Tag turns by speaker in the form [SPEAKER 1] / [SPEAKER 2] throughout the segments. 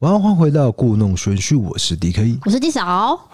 [SPEAKER 1] 晚安，欢迎回到故弄玄虚，我是 D K。
[SPEAKER 2] 我是地嫂，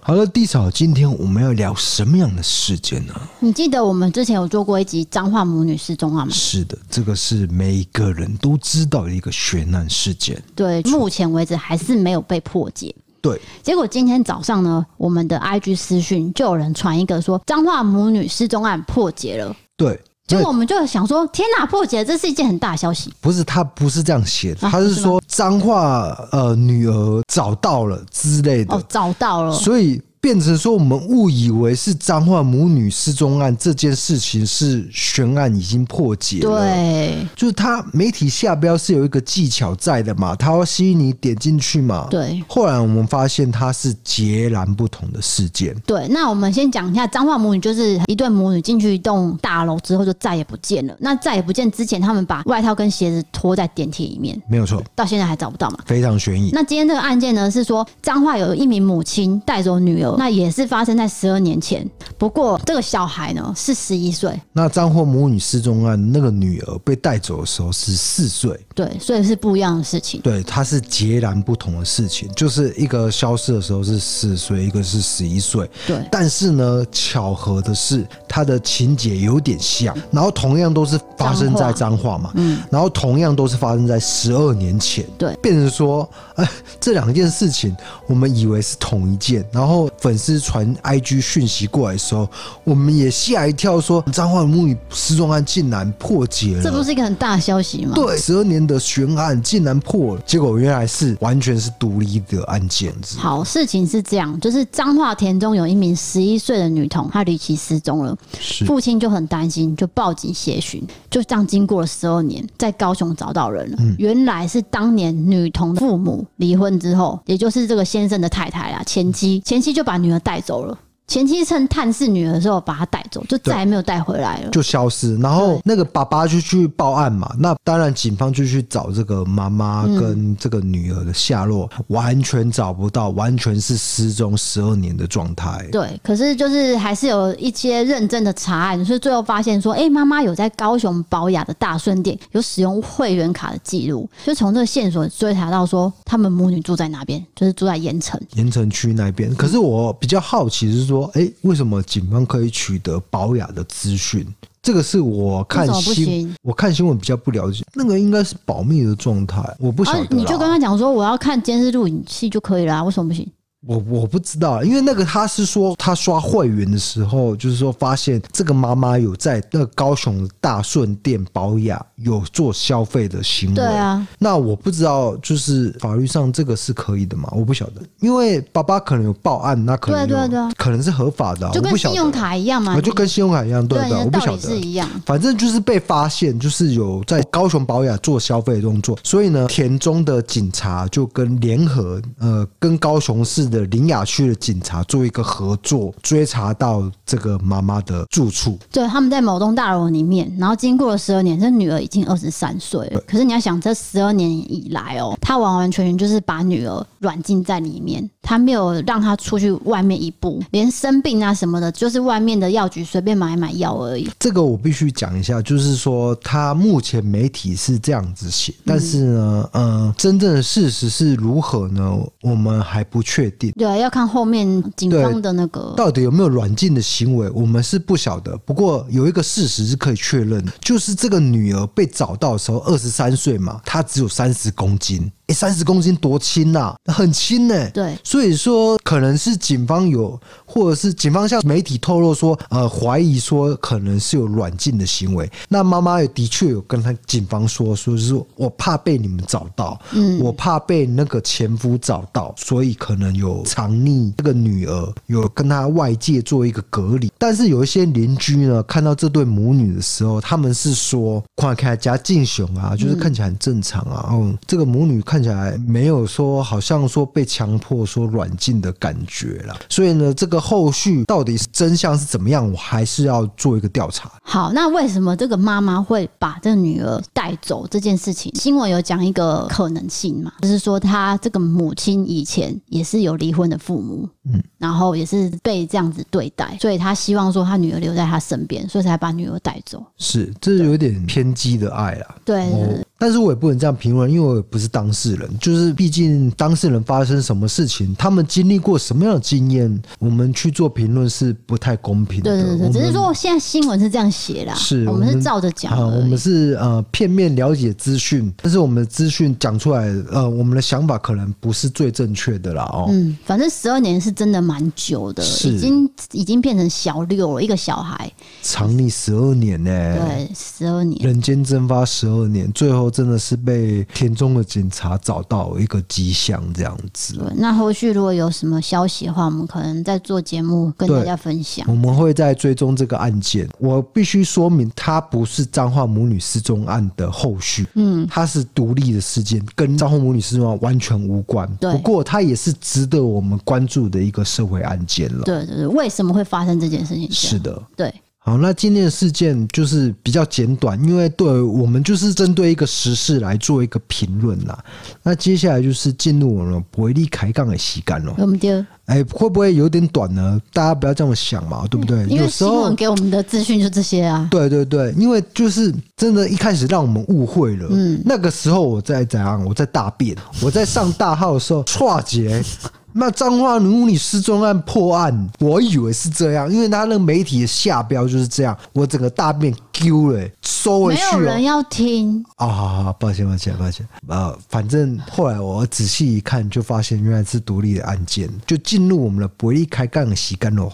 [SPEAKER 1] 好了，地嫂，今天我们要聊什么样的事件呢？
[SPEAKER 2] 你记得我们之前有做过一集脏话母女失踪案吗？
[SPEAKER 1] 是的，这个是每一个人都知道的一个悬案事件。
[SPEAKER 2] 对，目前为止还是没有被破解。
[SPEAKER 1] 对，
[SPEAKER 2] 结果今天早上呢，我们的 IG 私讯就有人传一个说脏话母女失踪案破解了，
[SPEAKER 1] 对，
[SPEAKER 2] 结
[SPEAKER 1] 那
[SPEAKER 2] 果我们就想说，天哪，破解了，这是一件很大的消息。
[SPEAKER 1] 不是他不是这样写的，
[SPEAKER 2] 啊
[SPEAKER 1] 他是
[SPEAKER 2] 不是吗
[SPEAKER 1] 说脏话呃女儿找到了之类的，
[SPEAKER 2] 哦，找到了，
[SPEAKER 1] 所以变成说我们误以为是脏话母女失踪案这件事情是悬案已经破解了。
[SPEAKER 2] 对
[SPEAKER 1] 就是它媒体下标是有一个技巧在的嘛，它要吸引你点进去嘛。。
[SPEAKER 2] 对
[SPEAKER 1] 后来我们发现它是截然不同的事件。
[SPEAKER 2] 对。那我们先讲一下脏话母女，就是一对母女进去一栋大楼之后就再也不见了。那再也不见之前，他们把外套跟鞋子拖在电梯里面，
[SPEAKER 1] 没有错，
[SPEAKER 2] 到现在还找不到嘛？
[SPEAKER 1] 非常悬疑。
[SPEAKER 2] 那今天这个案件呢，是说彰化有一名母亲带走女儿，那也是发生在十二年前。不过这个小孩呢是十一岁，
[SPEAKER 1] 那张或母女失踪案，那个女儿被带走的时候是四岁，
[SPEAKER 2] 对，所以是不一样的事情。
[SPEAKER 1] 对，它是截然不同的事情，就是一个消失的时候是四岁，一个是十一岁。
[SPEAKER 2] 对
[SPEAKER 1] 但是呢，巧合的是，它的情节有点像，然后同样都是发生在彰化嘛，然后同样都是发生在十二年前，
[SPEAKER 2] 嗯对
[SPEAKER 1] 变成说，哎，这两件事情我们以为是同一件，然后粉丝传 IG 讯息过来的时候，我们也吓一跳说彰化母女失踪案竟然破解了，
[SPEAKER 2] 这不是一个很大的消息吗？
[SPEAKER 1] 对，十二年的悬案竟然破了，结果原来是完全是独立的案件。
[SPEAKER 2] 好，事情是这样，就是彰化田中有一名十一岁的女童，她离奇失踪了，
[SPEAKER 1] 是
[SPEAKER 2] 父亲就很担心，就报警协寻，就这样经过了十二年，在高雄找到人了。
[SPEAKER 1] 嗯
[SPEAKER 2] 原来是当年女童的父母离婚之后，也就是这个先生的太太啦，前
[SPEAKER 1] 嗯
[SPEAKER 2] 妻，前妻就把女儿带走了。前妻趁探视女儿的时候把她带走，就再也没有带回来了。
[SPEAKER 1] 就消失，然后那个爸爸就去报案嘛，那当然警方就去找这个妈妈跟
[SPEAKER 2] 嗯
[SPEAKER 1] 这个女儿的下落，完全找不到，完全是失踪十二年的状态。
[SPEAKER 2] 对，可是就是还是有一些认真的查案，所以最后发现说，哎、妈妈有在高雄保雅的大顺店有使用会员卡的记录，就从这个线索追查到说，他们母女住在哪边，就是住在盐城。
[SPEAKER 1] 盐城区那边，
[SPEAKER 2] 嗯
[SPEAKER 1] 可是我比较好奇是说，哎、为什么警方可以取得保雅的资讯？这个是我看
[SPEAKER 2] 为什么不
[SPEAKER 1] 新
[SPEAKER 2] 行，
[SPEAKER 1] 我看新闻比较不了解，那个应该是保密的状态，我不晓得啦、
[SPEAKER 2] 啊你就跟他讲说，我要看监视录影器就可以了、啊，为什么不行？
[SPEAKER 1] 我我不知道，因为那个他是说他刷会员的时候，就是说发现这个妈妈有在那个高雄的大顺店保养有做消费的行为。
[SPEAKER 2] 对啊，
[SPEAKER 1] 那我不知道，就是法律上这个是可以的吗？我不晓得，因为爸爸可能有报案，那可能有
[SPEAKER 2] 对啊对啊对啊
[SPEAKER 1] 可能是合法的啊、
[SPEAKER 2] 就
[SPEAKER 1] 我
[SPEAKER 2] 跟
[SPEAKER 1] 不晓得
[SPEAKER 2] 信用，卡一样嘛，
[SPEAKER 1] 啊就跟信用卡一样，对
[SPEAKER 2] 对，
[SPEAKER 1] 对，我
[SPEAKER 2] 你的
[SPEAKER 1] 不
[SPEAKER 2] 道
[SPEAKER 1] 晓
[SPEAKER 2] 理
[SPEAKER 1] 得啊
[SPEAKER 2] 是。一样。
[SPEAKER 1] 反正就是被发现，就是有在高雄保雅做消费的动作，所以呢，田中的警察就跟联合呃跟高雄市的林雅区的警察做一个合作，追查到这个妈妈的住处。
[SPEAKER 2] 对，他们在某栋大楼里面，然后经过了十二年，这女儿已经二十三岁了。可是你要想，这十二年以来哦，他完完全全就是把女儿软禁在里面，他没有让她出去外面一步，连生病啊什么的，就是外面的药局随便买一买药而已。
[SPEAKER 1] 这个我必须讲一下，就是说他目前媒体是这样子写，但是呢，呃，真正的事实是如何呢？我们还不确定。
[SPEAKER 2] 对，啊要看后面警
[SPEAKER 1] 对
[SPEAKER 2] 方的那个。
[SPEAKER 1] 到底有没有软禁的行为，我们是不晓得。不过有一个事实是可以确认的，就是这个女儿被找到的时候，二十三岁嘛，她只有三十公斤。诶三十公斤多轻呐、很轻呢、
[SPEAKER 2] 对
[SPEAKER 1] 所以说可能是警方有，或者是警方向媒体透露说，呃，怀疑说可能是有软禁的行为。那妈妈也的确有跟他警方说，说是我怕被你们找到，嗯，我怕被那个前夫找到，所以可能有藏匿这个女儿，有跟她外界做一个隔离。但是有一些邻居呢，看到这对母女的时候，他们是说，看起来家境雄啊，哦就是看起来很正常啊，嗯，这个母女看起来没有说好像说被强迫说说软禁的感觉啦。所以呢，这个后续到底是真相是怎么样，我还是要做一个调查。
[SPEAKER 2] 好，那为什么这个妈妈会把这个女儿带走这件事情？新闻有讲一个可能性嘛，就是说她这个母亲以前也是有离婚的父母，嗯，然后也是被这样子对待，所以她希望说她女儿留在她身边，所以才把女儿带走。
[SPEAKER 1] 是，这是有点偏激的爱啦。
[SPEAKER 2] 对，
[SPEAKER 1] 哦，但是我也不能这样评论，因为我也不是当事人。就是毕竟当事人发生什么事情，他们经历过什么样的经验，我们去做评论是不太公平的。
[SPEAKER 2] 对对
[SPEAKER 1] 我
[SPEAKER 2] 对，
[SPEAKER 1] 们
[SPEAKER 2] 只是说现在新闻是这样写啦，
[SPEAKER 1] 是
[SPEAKER 2] 我
[SPEAKER 1] 我
[SPEAKER 2] 们是
[SPEAKER 1] 们
[SPEAKER 2] 照着讲
[SPEAKER 1] 啊、
[SPEAKER 2] 而
[SPEAKER 1] 我
[SPEAKER 2] 已
[SPEAKER 1] 们是呃片面了解资讯，但是我们的资讯讲出来，呃，我们的想法可能不是最正确的啦。哦，
[SPEAKER 2] 嗯，反正十二年是真的蛮久的，
[SPEAKER 1] 是
[SPEAKER 2] 已经已经变成小六了，一个小孩，
[SPEAKER 1] 藏匿十二年呢、
[SPEAKER 2] 对，十二年。
[SPEAKER 1] 人间蒸发十二年，最后真的是被田中的警察找到一个迹象，这样子。
[SPEAKER 2] 对，那后续如果有什么消息的话，我们可能再做节目跟
[SPEAKER 1] 对
[SPEAKER 2] 大家分享
[SPEAKER 1] 我。们会在追踪这个案件。我必须说明，它不是彰化母女失踪案的后续，嗯，它是独立的事件，跟彰化母女失踪案完全无关。
[SPEAKER 2] 对
[SPEAKER 1] 不过它也是值得我们关注的一个社会案件了。
[SPEAKER 2] 对对对，为什么会发生这件事情？
[SPEAKER 1] 是，的。
[SPEAKER 2] 对
[SPEAKER 1] 好，那今天的事件就是比较简短，因为对我们就是针对一个时事来做一个评论啦。那接下来就是进入我们伯利开杠的时间了。
[SPEAKER 2] 我们就
[SPEAKER 1] 哎、会不会有点短呢？大家不要这么想嘛，对不对？
[SPEAKER 2] 嗯因
[SPEAKER 1] 有
[SPEAKER 2] 为
[SPEAKER 1] 时
[SPEAKER 2] 新
[SPEAKER 1] 候
[SPEAKER 2] 闻给我们的资讯就这些啊。
[SPEAKER 1] 对对对，因为就是真的，一开始让我们误会了。嗯，那个时候我在怎样？我在大便，我在上大号的时候，跨节。 那彰化女女失踪案破案，我以为是这样，因为他那个媒体的下标就是这样。我整个大便丢了、欸收回
[SPEAKER 2] 没
[SPEAKER 1] 去哦
[SPEAKER 2] 有
[SPEAKER 1] 了
[SPEAKER 2] 人。要听，
[SPEAKER 1] 啊、好好好，抱歉，抱歉，抱歉。呃，反正后来我仔细一看，就发现原来是独立的案件，就进入我们的伯利开杠的时间咯。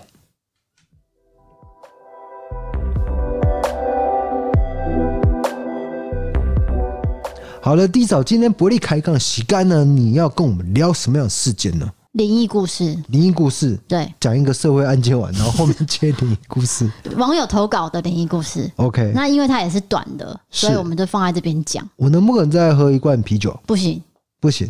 [SPEAKER 1] 好了，第一早，今天伯利开杠的时间呢，你要跟我们聊什么样的事件呢？
[SPEAKER 2] 灵异故事。
[SPEAKER 1] 灵异故事，
[SPEAKER 2] 对，
[SPEAKER 1] 讲一个社会案件完，然后后面接灵异故 事。
[SPEAKER 2] 网友投稿的灵异故事。
[SPEAKER 1] OK，
[SPEAKER 2] 那因为它也是短的，所以
[SPEAKER 1] 是
[SPEAKER 2] 我们就放在这边讲。
[SPEAKER 1] 我能不能再喝一罐啤酒？
[SPEAKER 2] 不行，
[SPEAKER 1] 不行，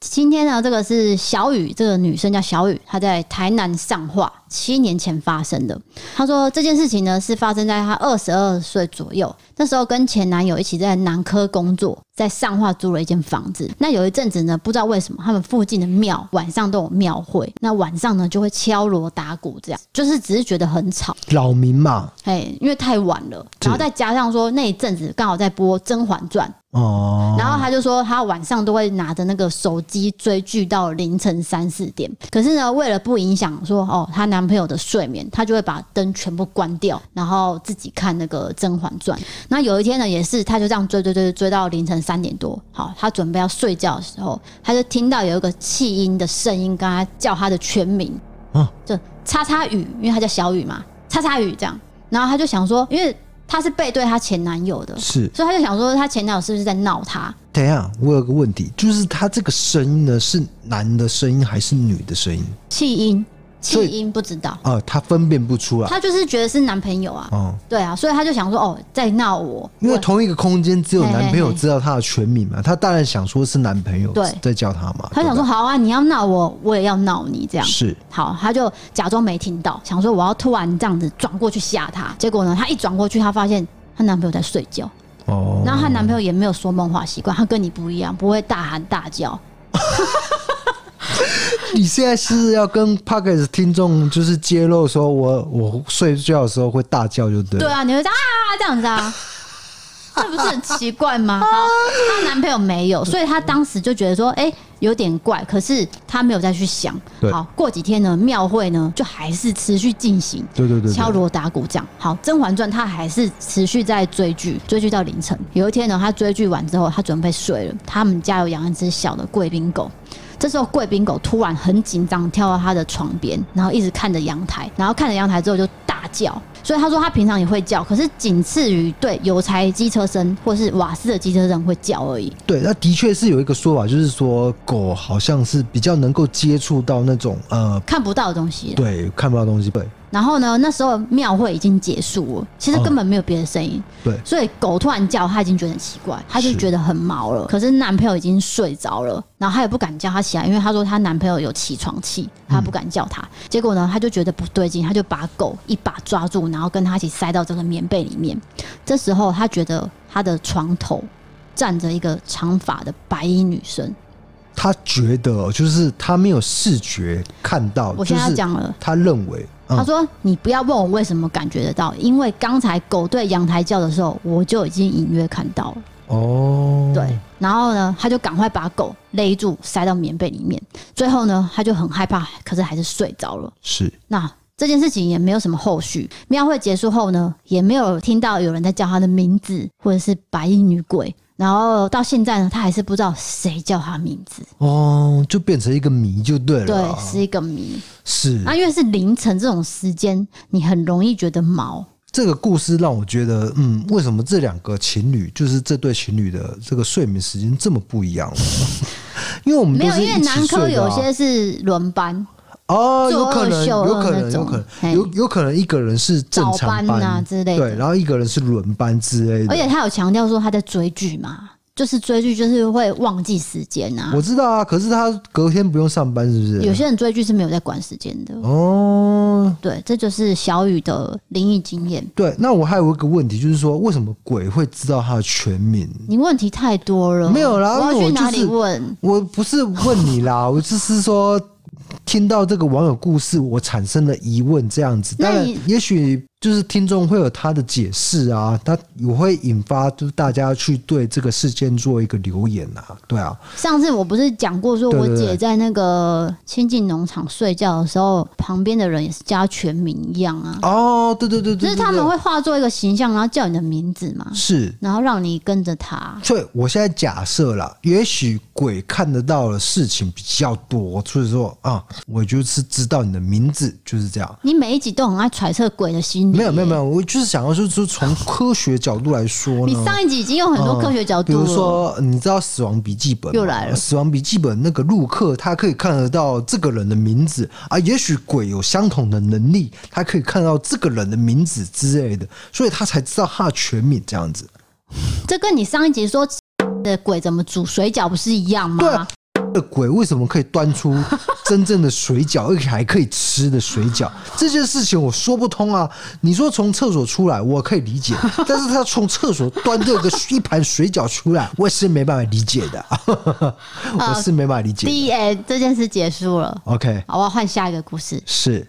[SPEAKER 2] 今天呢，这个是小雨，这个女生叫小雨，她在台南上化，七年前发生的。她说这件事情呢是发生在她二十二岁左右，那时候跟前男友一起在南科工作，在上化租了一间房子。那有一阵子呢，不知道为什么他们附近的庙晚上都有庙会，那晚上呢就会敲锣打鼓，这样 就是只是觉得很吵，
[SPEAKER 1] 扰民嘛。
[SPEAKER 2] 哎，因为太晚了，然后再加上说那一阵子刚好在播《甄嬛传》，
[SPEAKER 1] 哦，
[SPEAKER 2] 然后他就说，他晚上都会拿着那个手机追剧到凌晨三四点。可是呢，为了不影响说哦她男朋友的睡眠，她就会把灯全部关掉，然后自己看那个《甄嬛传》。那有一天呢，也是她就这样追追追追到凌晨三点多。好，她准备要睡觉的时候，她就听到有一个气音的声音，跟她叫她的全名，
[SPEAKER 1] 啊
[SPEAKER 2] 就叉叉雨，因为她叫小雨嘛，叉叉雨这样。然后她就想说，因为她是背对她前男友的，
[SPEAKER 1] 是，
[SPEAKER 2] 所以她就想说，她前男友是不是在闹她？
[SPEAKER 1] 等一下，我有个问题，就是他这个声音呢，是男的声音还是女的声音？
[SPEAKER 2] 弃婴，弃
[SPEAKER 1] 所以
[SPEAKER 2] 婴不知道，
[SPEAKER 1] 啊，他分辨不出来。
[SPEAKER 2] 她就是觉得是男朋友啊，
[SPEAKER 1] 哦，
[SPEAKER 2] 对啊，所以她就想说，哦，在闹我，
[SPEAKER 1] 因为
[SPEAKER 2] 我
[SPEAKER 1] 同一个空间只有
[SPEAKER 2] 嘿嘿
[SPEAKER 1] 男朋友
[SPEAKER 2] 嘿
[SPEAKER 1] 知道他的全名嘛，他当然想说是男朋友
[SPEAKER 2] 对
[SPEAKER 1] 在叫他嘛。
[SPEAKER 2] 她想说，
[SPEAKER 1] 对吧
[SPEAKER 2] 好啊，你要闹我，我也要闹你，这样。
[SPEAKER 1] 是
[SPEAKER 2] 好，她就假装没听到，想说我要突然这样子转过去吓她。结果呢，她一转过去，她发现她男朋友在睡觉，
[SPEAKER 1] 哦，
[SPEAKER 2] 然后她男朋友也没有说梦话习惯，他跟你不一样，不会大喊大叫，
[SPEAKER 1] 你现在是要跟 p o c k e t 听众就是揭露说我我睡觉的时候会大叫就对了。
[SPEAKER 2] 对啊，你会这样啊这样子啊，这不是很奇 怪吗？好她男朋友没有，所以她当时就觉得说，哎、有点怪，可是她没有再去想。
[SPEAKER 1] 对
[SPEAKER 2] 好，过几天呢，庙会呢就还是持续进行，
[SPEAKER 1] 对对对对
[SPEAKER 2] 敲锣打鼓这样。好，《甄嬛传》她还是持续在追剧，追剧到凌晨。有一天呢，她追剧完之后，她准备睡了。他们家有养一只小的贵宾狗。这时候，贵宾狗突然很紧张，跳到她的床边，然后一直看着阳台，然后看着阳台之后就大叫。所以她说，她平常也会叫，可是仅次于对邮差机车声或是瓦斯的机车声会叫而已。
[SPEAKER 1] 对，那的确是有一个说法，就是说狗好像是比较能够接触到那种呃，
[SPEAKER 2] 看不到的东西。
[SPEAKER 1] 对，看不到东西，对，
[SPEAKER 2] 然后呢，那时候庙会已经结束了，其实根本没有别的声音，
[SPEAKER 1] 对，
[SPEAKER 2] 所以狗突然叫，他已经觉得很奇怪，他就是觉得很毛了。可是男朋友已经睡着了，然后她也不敢叫他起来，因为她说她男朋友有起床气，她不敢叫他。结果呢，她就觉得不对劲，她就把狗一把抓住，然后跟他一起塞到这个棉被里面。这时候她觉得她的床头站着一个长发的白衣女生。
[SPEAKER 1] 他觉得哦就是他没有视觉看到，
[SPEAKER 2] 我现在要
[SPEAKER 1] 哦就是
[SPEAKER 2] 讲了。
[SPEAKER 1] 他认为，嗯
[SPEAKER 2] 他说：“你不要问我为什么感觉得到，因为刚才狗对阳台叫的时候，我就已经隐约看到了。
[SPEAKER 1] 哦，
[SPEAKER 2] 对，然后呢，他就赶快把狗勒住，塞到棉被里面。最后呢，他就很害怕，可是还是睡着了。
[SPEAKER 1] 是
[SPEAKER 2] 那这件事情也没有什么后续。庙会结束后呢，也没有听到有人在叫他的名字，或者是白衣女鬼。然后到现在呢，他还是不知道谁叫他名字，
[SPEAKER 1] 哦，就变成一个谜就对了
[SPEAKER 2] 对，
[SPEAKER 1] 啊，
[SPEAKER 2] 是一啊个谜。
[SPEAKER 1] 是
[SPEAKER 2] 那因为是凌晨这种时间，你很容易觉得毛。
[SPEAKER 1] 这个故事让我觉得，嗯，为什么这两个情侣，就是这对情侣的这个睡眠时间这么不一样？ 因为我们都
[SPEAKER 2] 没有，
[SPEAKER 1] 是
[SPEAKER 2] 因为
[SPEAKER 1] 一起
[SPEAKER 2] 南科
[SPEAKER 1] 睡的啊
[SPEAKER 2] 有些是轮班，
[SPEAKER 1] 哦，有
[SPEAKER 2] 做
[SPEAKER 1] 可
[SPEAKER 2] 二
[SPEAKER 1] 能，
[SPEAKER 2] 休
[SPEAKER 1] 有
[SPEAKER 2] 二
[SPEAKER 1] 可
[SPEAKER 2] 那
[SPEAKER 1] 能，有
[SPEAKER 2] 种
[SPEAKER 1] 可能，
[SPEAKER 2] 嘿
[SPEAKER 1] 有有可能一个人是正
[SPEAKER 2] 早
[SPEAKER 1] 常
[SPEAKER 2] 班啊之类的
[SPEAKER 1] 对，然后一个人是轮班之类
[SPEAKER 2] 而且
[SPEAKER 1] 的。
[SPEAKER 2] 他有强调说他在追剧嘛，就是追剧就是会忘记时间啊。
[SPEAKER 1] 我知道啊，可是他隔天不用上班，是不
[SPEAKER 2] 有
[SPEAKER 1] 是？
[SPEAKER 2] 些人追剧是没有在管时间的。
[SPEAKER 1] 哦，
[SPEAKER 2] 对，这就是小雨的灵异经验。
[SPEAKER 1] 对，那我还有一个问题，就是说为什么鬼会知道他的全名？
[SPEAKER 2] 你问题太多了，
[SPEAKER 1] 没有啦
[SPEAKER 2] 我要
[SPEAKER 1] 因为我
[SPEAKER 2] 去
[SPEAKER 1] 就是
[SPEAKER 2] 哪里问？
[SPEAKER 1] 我不是问你 啦，我就是说听到这个网友故事，我产生了疑问，这样子。
[SPEAKER 2] 那
[SPEAKER 1] 当然
[SPEAKER 2] 你，
[SPEAKER 1] 也许就是听众会有他的解释啊，他也会引发就是大家去对这个事件做一个留言啊，对啊，
[SPEAKER 2] 上次我不是讲过，说
[SPEAKER 1] 对啊
[SPEAKER 2] 我
[SPEAKER 1] 对对
[SPEAKER 2] 姐在那个亲近农场睡觉的时候，旁边的人也是叫她全名一样啊，
[SPEAKER 1] 哦，对对对
[SPEAKER 2] 就
[SPEAKER 1] 对
[SPEAKER 2] 是
[SPEAKER 1] 对
[SPEAKER 2] 他们
[SPEAKER 1] 对
[SPEAKER 2] 会化作一个形象，然后叫你的名字嘛，
[SPEAKER 1] 是。
[SPEAKER 2] 然后让你跟着他。
[SPEAKER 1] 所以我现在假设啦，也许鬼看得到的事情比较多，所以说啊、我就是知道你的名字，就是这样。
[SPEAKER 2] 你每一集都很爱揣测鬼的心理，
[SPEAKER 1] 没有没有没有，我就是想要说，就是从科学角度来说
[SPEAKER 2] 你
[SPEAKER 1] 呢，
[SPEAKER 2] 上一集已经有很多科学角
[SPEAKER 1] 哦比
[SPEAKER 2] 度了，
[SPEAKER 1] 如说，你知道《死亡笔记本》吗
[SPEAKER 2] 又来了
[SPEAKER 1] 死亡笔记本》那个陆克，他可以看得到这个人的名字啊，也许鬼有相同的能力，他可以看到这个人的名字之类的，所以他才知道他的全名这样子。
[SPEAKER 2] 这跟你上一集说的鬼怎么煮水饺不是一样
[SPEAKER 1] 对
[SPEAKER 2] 吗
[SPEAKER 1] 啊？这个鬼为什么可以端 出真正的水饺，而且还可以吃的水饺？这件事情我说不通啊！你说从厕所出来，我可以理 解，但是他从厕所端这个一盘水饺出来，我是没办法理解 的， 我是没办法理解的。
[SPEAKER 2] 第一，哎，这件事结束了。
[SPEAKER 1] OK，
[SPEAKER 2] 好，我要换下一个故事。
[SPEAKER 1] 是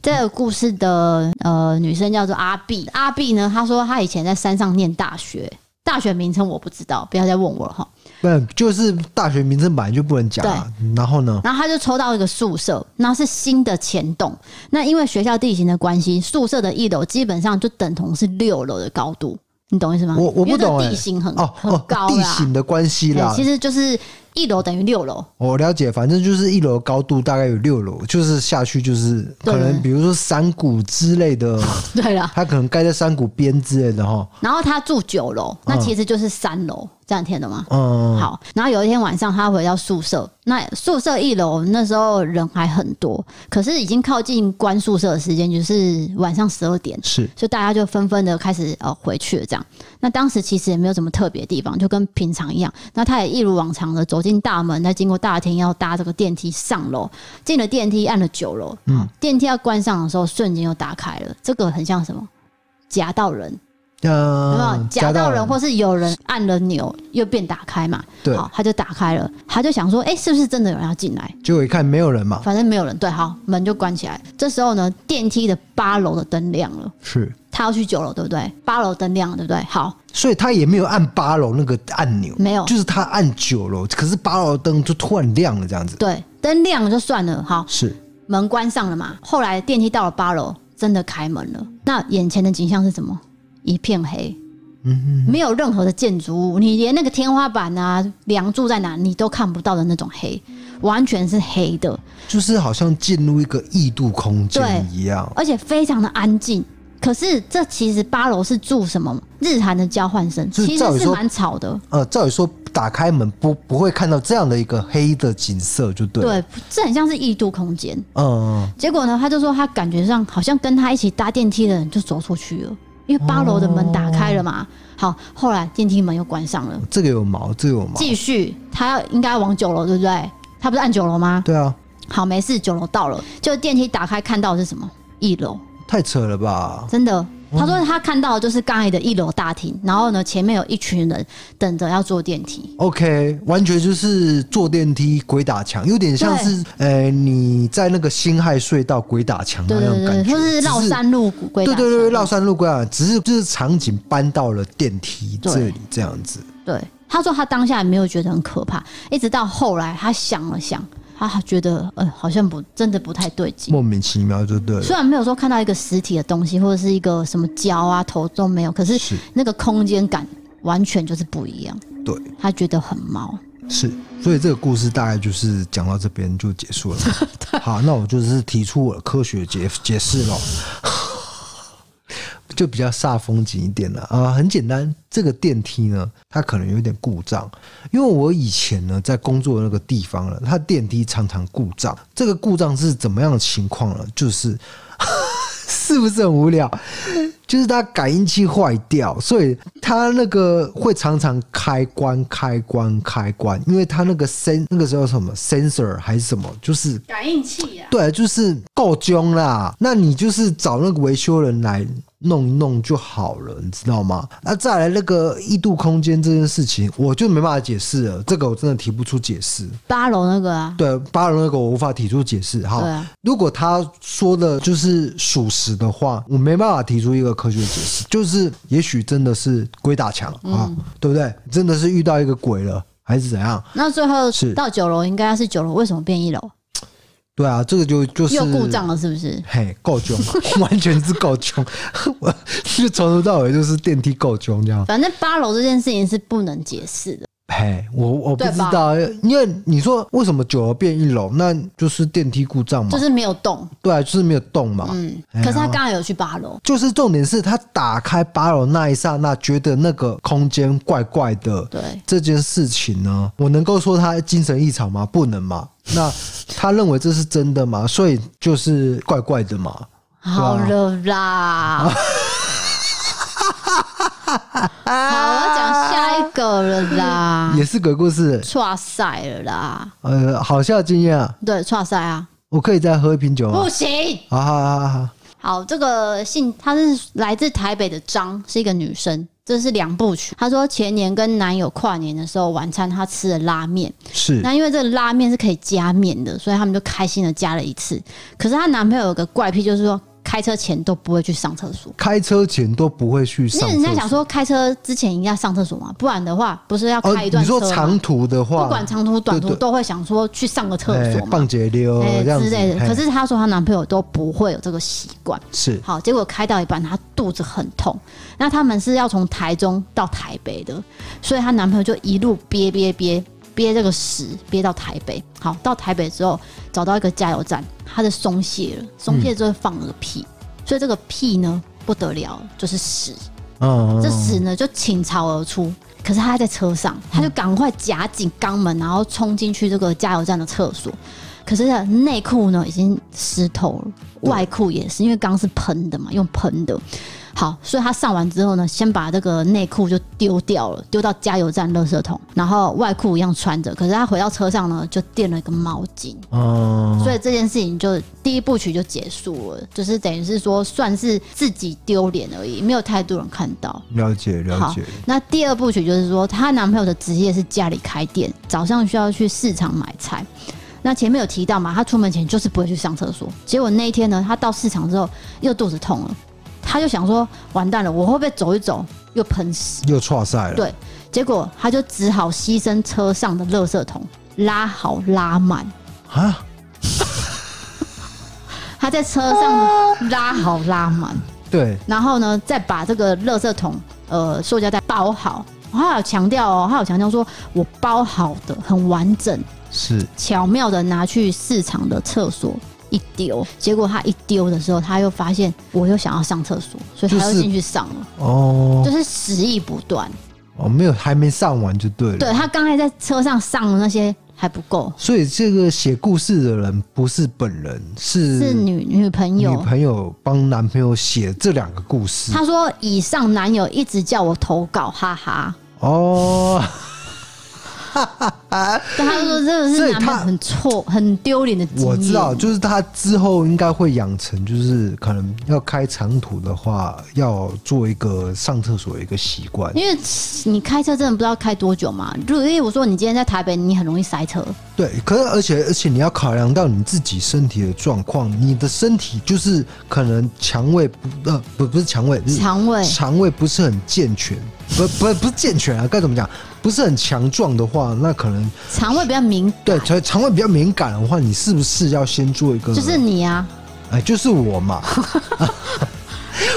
[SPEAKER 2] 这个故事的呃女生叫做阿碧，阿碧呢，她说她以前在山上念大学，大学名称我不知道，不要再问我了哈。
[SPEAKER 1] 不就是大学名称本来就不能讲啊？然后呢？
[SPEAKER 2] 然后他就抽到一个宿舍，那是新的前栋。那因为学校地形的关系，宿舍的一楼基本上就等同是六楼的高度，你懂意思吗？
[SPEAKER 1] 我我不
[SPEAKER 2] 因为这个
[SPEAKER 1] 懂欸
[SPEAKER 2] 地形很、
[SPEAKER 1] 哦
[SPEAKER 2] 很
[SPEAKER 1] 哦
[SPEAKER 2] 高，
[SPEAKER 1] 地
[SPEAKER 2] 啦。
[SPEAKER 1] 形的关系啦
[SPEAKER 2] 对，其，实就是一楼等于六楼，
[SPEAKER 1] 我哦了解，反正就是一楼高度大概有六楼，就是下去就是
[SPEAKER 2] 对
[SPEAKER 1] 可能比如说山谷之类的，
[SPEAKER 2] 对啦。
[SPEAKER 1] 它可能盖在山谷边之类的哈。
[SPEAKER 2] 然后他住九楼，那其实就是三楼，这样听得懂吗？
[SPEAKER 1] 嗯，
[SPEAKER 2] 好，然后有一天晚上，他回到宿舍，那宿舍一楼那时候人还很多，可是已经靠近关宿舍的时间，就是晚上十二点，
[SPEAKER 1] 是
[SPEAKER 2] 所以大家就纷纷的开始呃回去了这样。那当时其实也没有什么特别的地方，就跟平常一样。那他也一如往常的走进大门，再经过大厅，要搭这个电梯上楼。进了电梯，按了九楼，嗯，电梯要关上的时候，瞬间又打开了。这个很像什么？夹到人，有没有
[SPEAKER 1] 嗯，
[SPEAKER 2] 夹到人，
[SPEAKER 1] 人
[SPEAKER 2] 或是有人按了钮又变打开嘛？
[SPEAKER 1] 对，
[SPEAKER 2] 好，他就打开了，他就想说，哎、是不是真的有人要进来？
[SPEAKER 1] 结果一看没有人嘛，
[SPEAKER 2] 反正没有人，对，好，门就关起来。这时候呢，电梯的八楼的灯亮了，
[SPEAKER 1] 是，
[SPEAKER 2] 他要去九楼，对不对？八楼灯亮了，对不对？好，
[SPEAKER 1] 所以他也没有按八楼那个按钮，
[SPEAKER 2] 没有
[SPEAKER 1] 就是他按九楼，可是八楼灯就突然亮了这样子，
[SPEAKER 2] 对，灯亮了就算了，好，
[SPEAKER 1] 是
[SPEAKER 2] 门关上了嘛。后来电梯到了八楼，真的开门了。那眼前的景象是什么？一片黑，嗯，没有任何的建筑物，你连那个天花板啊、梁柱在哪你都看不到的那种黑，完全是黑的，
[SPEAKER 1] 就是好像进入一个异度空间
[SPEAKER 2] 对
[SPEAKER 1] 一样，
[SPEAKER 2] 而且非常的安静。可是这其实八楼是住什么日韩的交换生，
[SPEAKER 1] 就是
[SPEAKER 2] 其
[SPEAKER 1] 照
[SPEAKER 2] 实
[SPEAKER 1] 理
[SPEAKER 2] 是
[SPEAKER 1] 说
[SPEAKER 2] 蛮吵的。
[SPEAKER 1] 呃，照理说打开门不不会看到这样的一个黑的景色，就对了。
[SPEAKER 2] 对，这很像是异度空间。
[SPEAKER 1] 嗯，
[SPEAKER 2] 结果呢，他就说他感觉上好像跟他一起搭电梯的人就走出去了，因为八楼的门打开了嘛。
[SPEAKER 1] 哦
[SPEAKER 2] 好，后来电梯门又关上了，
[SPEAKER 1] 嗯，这个有毛，这个有毛。
[SPEAKER 2] 继续他要应该往九楼，对不对？他不是按九楼吗？
[SPEAKER 1] 对啊，
[SPEAKER 2] 好，没事，九楼到了，就电梯打开看到的是什么？一楼，
[SPEAKER 1] 太扯了吧？
[SPEAKER 2] 真的。他说他看到的就是刚才的一楼大厅，然后呢，前面有一群人等着要坐电梯。
[SPEAKER 1] OK，完全就是坐电梯鬼打墙，有点像是呃你在那个辛亥隧道鬼打墙
[SPEAKER 2] 对
[SPEAKER 1] 那
[SPEAKER 2] 对
[SPEAKER 1] 种
[SPEAKER 2] 对
[SPEAKER 1] 感
[SPEAKER 2] 对，
[SPEAKER 1] 觉，
[SPEAKER 2] 或是绕
[SPEAKER 1] 只
[SPEAKER 2] 山路鬼鬼
[SPEAKER 1] 对
[SPEAKER 2] 打
[SPEAKER 1] 对对，
[SPEAKER 2] 墙
[SPEAKER 1] 绕山路鬼打墙，只是就是场景搬到了电梯这里这样子。
[SPEAKER 2] 对，他说他当下也没有觉得很可怕，一直到后来他想了想，他觉得呃好像不真的不太对劲。
[SPEAKER 1] 莫名其妙就对了。
[SPEAKER 2] 虽然没有说看到一个实体的东西或者是一个什么胶啊头都没有，可是
[SPEAKER 1] 是
[SPEAKER 2] 那个空间感完全就是不一样。
[SPEAKER 1] 对，
[SPEAKER 2] 他觉得很毛。
[SPEAKER 1] 是，所以这个故事大概就是讲到这边就结束了嘛。好，那我就是提出我的科学解解释咯， 就比较煞风景一点了啊，很简单，这个电梯呢，它可能有点故障，因为我以前呢在工作的那个地方呢，它电梯常常故障。这个故障是怎么样的情况呢？就是 是不是很无聊？就是它感应器坏掉，所以它那个会常常开关、开关、开关，因为它那个 sen 那个时候什么 sensor 还是什么，就是
[SPEAKER 2] 感应器啊呀、
[SPEAKER 1] 对，啊就是够凶啦。那你就是找那个维修人来弄一弄就好了，你知道吗？那再来那个异度空间这件事情，我就没办法解释了，这个我真的提不出解释。
[SPEAKER 2] 八楼那个啊，
[SPEAKER 1] 对，巴伦那个我无法提出解释。好，
[SPEAKER 2] 对啊
[SPEAKER 1] 如果他说的就是属实的话，我没办法提出一个科学解释，就是也许真的是鬼打墙啊，
[SPEAKER 2] 嗯
[SPEAKER 1] 对不对？真的是遇到一个鬼了，还是怎样？
[SPEAKER 2] 那最后
[SPEAKER 1] 是
[SPEAKER 2] 到九楼应该是九楼，为什么变一楼？
[SPEAKER 1] 对啊，这个就就是
[SPEAKER 2] 又故障了是不是？
[SPEAKER 1] 嘿，够囧， 完全是够囧，我 就从头到尾就是电梯够囧这样。
[SPEAKER 2] 反正八楼这件事情是不能解释的，
[SPEAKER 1] 嘿，我我不
[SPEAKER 2] 对
[SPEAKER 1] 知
[SPEAKER 2] 吧
[SPEAKER 1] 道，因为你说为什么九楼变一楼，那就是电梯故障嘛，
[SPEAKER 2] 就是没有动。
[SPEAKER 1] 对啊，就是没有动嘛。
[SPEAKER 2] 嗯，
[SPEAKER 1] 哎
[SPEAKER 2] 可是他
[SPEAKER 1] 然后
[SPEAKER 2] 刚刚有去八楼，
[SPEAKER 1] 就是重点是他打开八楼那一刹那，觉得那个空间怪怪的。
[SPEAKER 2] 对
[SPEAKER 1] 这件事情呢，我能够说他精神异常吗？不能 嘛。那他认为这是真的吗？所以就是怪怪的嘛。
[SPEAKER 2] 好了啦。好，我要讲下一个了 啦，
[SPEAKER 1] 也是鬼故事，
[SPEAKER 2] 错赛了啦，
[SPEAKER 1] 呃，好笑经验啊！
[SPEAKER 2] 对，错赛啊，
[SPEAKER 1] 我可以再喝一瓶酒吗
[SPEAKER 2] 不？行。
[SPEAKER 1] 好好好好好，
[SPEAKER 2] 好，这个信她是来自台北的张，是一个女生。这是两部曲。她说前年跟男友跨年的时候，晚餐她吃了拉面，
[SPEAKER 1] 是
[SPEAKER 2] 那因为这个拉面是可以加面的，所以他们就开心的加了一次。可是她男朋友有个怪癖，就是说开车前都不会去上厕所。
[SPEAKER 1] 开车前都不会去
[SPEAKER 2] 那
[SPEAKER 1] 上
[SPEAKER 2] 人家想
[SPEAKER 1] 厕所。哦
[SPEAKER 2] 说开车之前一定要上厕所嘛，不然的话不是要开一
[SPEAKER 1] 你
[SPEAKER 2] 段车
[SPEAKER 1] 说
[SPEAKER 2] 吗？
[SPEAKER 1] 长途的话，
[SPEAKER 2] 不管长途短途
[SPEAKER 1] 对对
[SPEAKER 2] 都会想说去上个厕
[SPEAKER 1] 哎
[SPEAKER 2] 所嘛，
[SPEAKER 1] 棒姐溜
[SPEAKER 2] 哎
[SPEAKER 1] 这样
[SPEAKER 2] 之
[SPEAKER 1] 子
[SPEAKER 2] 类的。
[SPEAKER 1] 嘿
[SPEAKER 2] 可是她说她男朋友都不会有这个习惯。
[SPEAKER 1] 是
[SPEAKER 2] 好，结果开到一半，她肚子很痛。那他们是要从台中到台北的，所以她男朋友就一路憋憋憋憋这个屎，憋到台北。好，到台北之后找到一个加油站，她就松懈了，松
[SPEAKER 1] 嗯
[SPEAKER 2] 懈之后放了个屁，所以这个屁呢不得了，就是屎。
[SPEAKER 1] 嗯，嗯
[SPEAKER 2] 这
[SPEAKER 1] 嗯
[SPEAKER 2] 屎呢就倾巢而出。可是他在车上，他就赶快夹紧肛门，然后冲进去这个加油站的厕所。可是呢内裤呢已经湿透了，外裤也是，因为刚是喷的嘛，用喷的。好，所以他上完之后呢，先把这个内裤就丢掉了，丢到加油站垃圾桶，然后外裤一样穿着。可是他回到车上呢，就垫了一个毛巾。
[SPEAKER 1] 嗯
[SPEAKER 2] 所以这件事情就第一部曲就结束了，就是等于是说算是自己丢脸而已，没有太多人看到。
[SPEAKER 1] 了解了
[SPEAKER 2] 好
[SPEAKER 1] 解，，
[SPEAKER 2] 那第二部曲就是说，她男朋友的职业是家里开店，早上需要去市场买菜。那前面有提到嘛，她出门前就是不会去上厕所。结果那一天呢，她到市场之后又肚子痛了，她就想说，完蛋了，我会不会走一走又喷屎？
[SPEAKER 1] 又错赛了。
[SPEAKER 2] 对结果她就只好牺牲车上的垃圾桶，拉好拉满。
[SPEAKER 1] 啊，
[SPEAKER 2] 她在车上拉好拉满，
[SPEAKER 1] 对，
[SPEAKER 2] 然后呢，再把这个垃圾桶呃塑胶袋包好。他有强调哦，他有强调说，我包好的很完整，
[SPEAKER 1] 是
[SPEAKER 2] 巧妙的拿去市场的厕所一丢。结果他一丢的时候，他又发现我又想要上厕所，所以他
[SPEAKER 1] 就
[SPEAKER 2] 又
[SPEAKER 1] 是
[SPEAKER 2] 进去上了，
[SPEAKER 1] 哦
[SPEAKER 2] 就是屎意不断。
[SPEAKER 1] 哦，没有，还没上完就对了。
[SPEAKER 2] 对他刚才在车上上的那些还不够，
[SPEAKER 1] 所以这个写故事的人不是本人，是
[SPEAKER 2] 是女女朋
[SPEAKER 1] 女
[SPEAKER 2] 友。
[SPEAKER 1] 朋友帮男朋友写这两个故事。
[SPEAKER 2] 他说以上男友一直叫我投稿，哈哈。
[SPEAKER 1] 哦，
[SPEAKER 2] 但他说这个
[SPEAKER 1] 所以
[SPEAKER 2] 是男朋
[SPEAKER 1] 他
[SPEAKER 2] 友很错、很丢脸的经验。
[SPEAKER 1] 我知道，就是他之后应该会养成，就是可能要开长途的话，要做一个上厕所的一个习惯。
[SPEAKER 2] 因为你开车真的不知道开多久嘛。如果例如说你今天在台北，你很容易塞车，
[SPEAKER 1] 对，可是而且而且你要考量到你自己身体的状况，你的身体就是可能肠胃不呃不不是肠胃，是
[SPEAKER 2] 肠胃
[SPEAKER 1] 肠胃不是很健全，不不不是健全啊，该怎么讲？不是很强壮的话，那可能
[SPEAKER 2] 肠胃比较敏，
[SPEAKER 1] 对肠肠胃比较敏感的话，你是不是要先做一个？
[SPEAKER 2] 就是你啊，
[SPEAKER 1] 哎，就是我 嘛。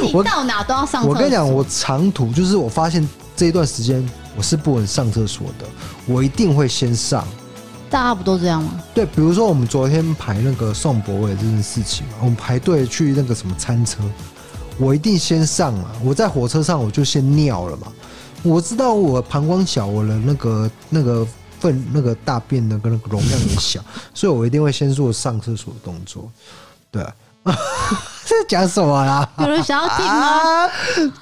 [SPEAKER 2] 你
[SPEAKER 1] 我
[SPEAKER 2] 到哪都要上厕所。
[SPEAKER 1] 我跟你讲，我长途就是我发现这一段时间我是不能上厕所的，我一定会先上。
[SPEAKER 2] 大家不都这样吗？
[SPEAKER 1] 对，比如说我们昨天排那个宋博伟这件事情嘛，我们排队去那个什么餐车，我一定先上嘛，我在火车上我就先尿了嘛，我知道我膀胱小，我的那个那个粪那个大便的跟那个容量也小，所以我一定会先做上厕所的动作，对、啊。 这讲什么啦？
[SPEAKER 2] 有人想要听吗？
[SPEAKER 1] 啊，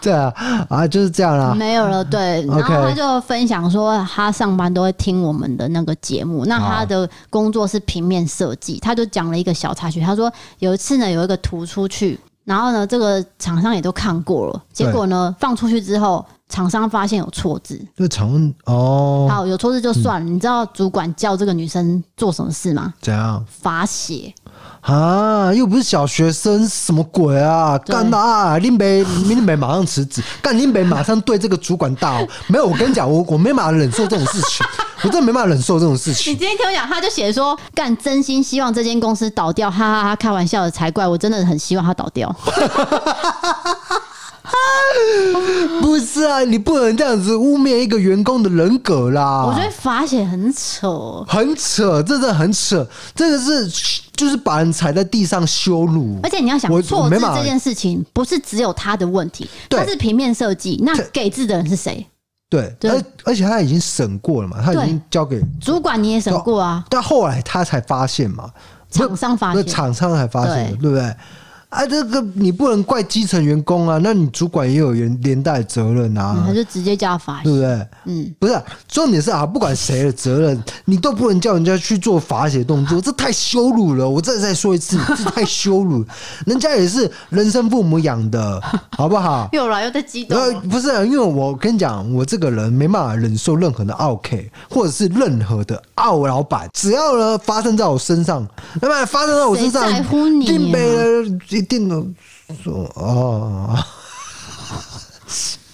[SPEAKER 1] 对啊，啊就是这样啦。
[SPEAKER 2] 没有了，对。然
[SPEAKER 1] 啊 OK
[SPEAKER 2] 后他就分享说，他上班都会听我们的那个节目。那
[SPEAKER 1] 啊
[SPEAKER 2] 他的工作是平面设计，他就讲了一个小插曲。他说有一次呢，有一个图出去，然后呢，这个厂商也都看过了，结果呢，放出去之后，厂商发现有错字。
[SPEAKER 1] 就常问哦，
[SPEAKER 2] 好，有错字就算了。你知道主管叫这个女生做什么事吗？
[SPEAKER 1] 怎样
[SPEAKER 2] 罚写。
[SPEAKER 1] 啊？又不是小学生，什么鬼啊？
[SPEAKER 2] 对
[SPEAKER 1] 干嘛、啊？林北，林北马上辞职，干林北马上对这个主管大哦。没有，我跟你讲，我我没办法忍受这种事 情，我真的没办法忍受这种事
[SPEAKER 2] 你
[SPEAKER 1] 情。
[SPEAKER 2] 今天听我讲，他就写说，干真心希望这间公司倒掉，哈哈哈开玩笑的才怪，我真的很希望它倒掉。
[SPEAKER 1] 不是啊，你不能这样子污蔑一个员工的人格啦。
[SPEAKER 2] 我觉得罚写很丑，
[SPEAKER 1] 很扯，这真的很扯，这个是就是把人踩在地上羞辱。
[SPEAKER 2] 而且你要想
[SPEAKER 1] 我我
[SPEAKER 2] 错字
[SPEAKER 1] 没办法
[SPEAKER 2] 这件事情，不是只有他的问题，
[SPEAKER 1] 对
[SPEAKER 2] 他是平面设计，那
[SPEAKER 1] 对
[SPEAKER 2] 给字的人是谁？
[SPEAKER 1] 对，
[SPEAKER 2] 对
[SPEAKER 1] 而而且他已经审过了嘛，他已经交给
[SPEAKER 2] 主管你也审过啊，
[SPEAKER 1] 但后来他才发现嘛，
[SPEAKER 2] 厂商罚
[SPEAKER 1] 那
[SPEAKER 2] 写。
[SPEAKER 1] 厂商才发现的，
[SPEAKER 2] 对
[SPEAKER 1] 对不对？啊，这个你不能怪基层员工啊，那你主管也有连连带责任
[SPEAKER 2] 嗯
[SPEAKER 1] 啊，
[SPEAKER 2] 他就直接叫他罚
[SPEAKER 1] 对
[SPEAKER 2] 写，
[SPEAKER 1] 不对？
[SPEAKER 2] 嗯，
[SPEAKER 1] 不是、啊，重点是啊，不管谁的责任，你都不能叫人家去做罚写动作，这太羞辱了！我再再说一次，这太羞辱，人家也是人生父母养的，好不好？
[SPEAKER 2] 又来又在激动
[SPEAKER 1] 呃
[SPEAKER 2] 了，，
[SPEAKER 1] 不是啊，因为我跟你讲，我这个人没办法忍受任何的傲 K，或者是任何的傲老板，只要呢发生在我身上，那么发生在我身上，
[SPEAKER 2] 谁在乎你啊
[SPEAKER 1] 一定被人一定的说哦，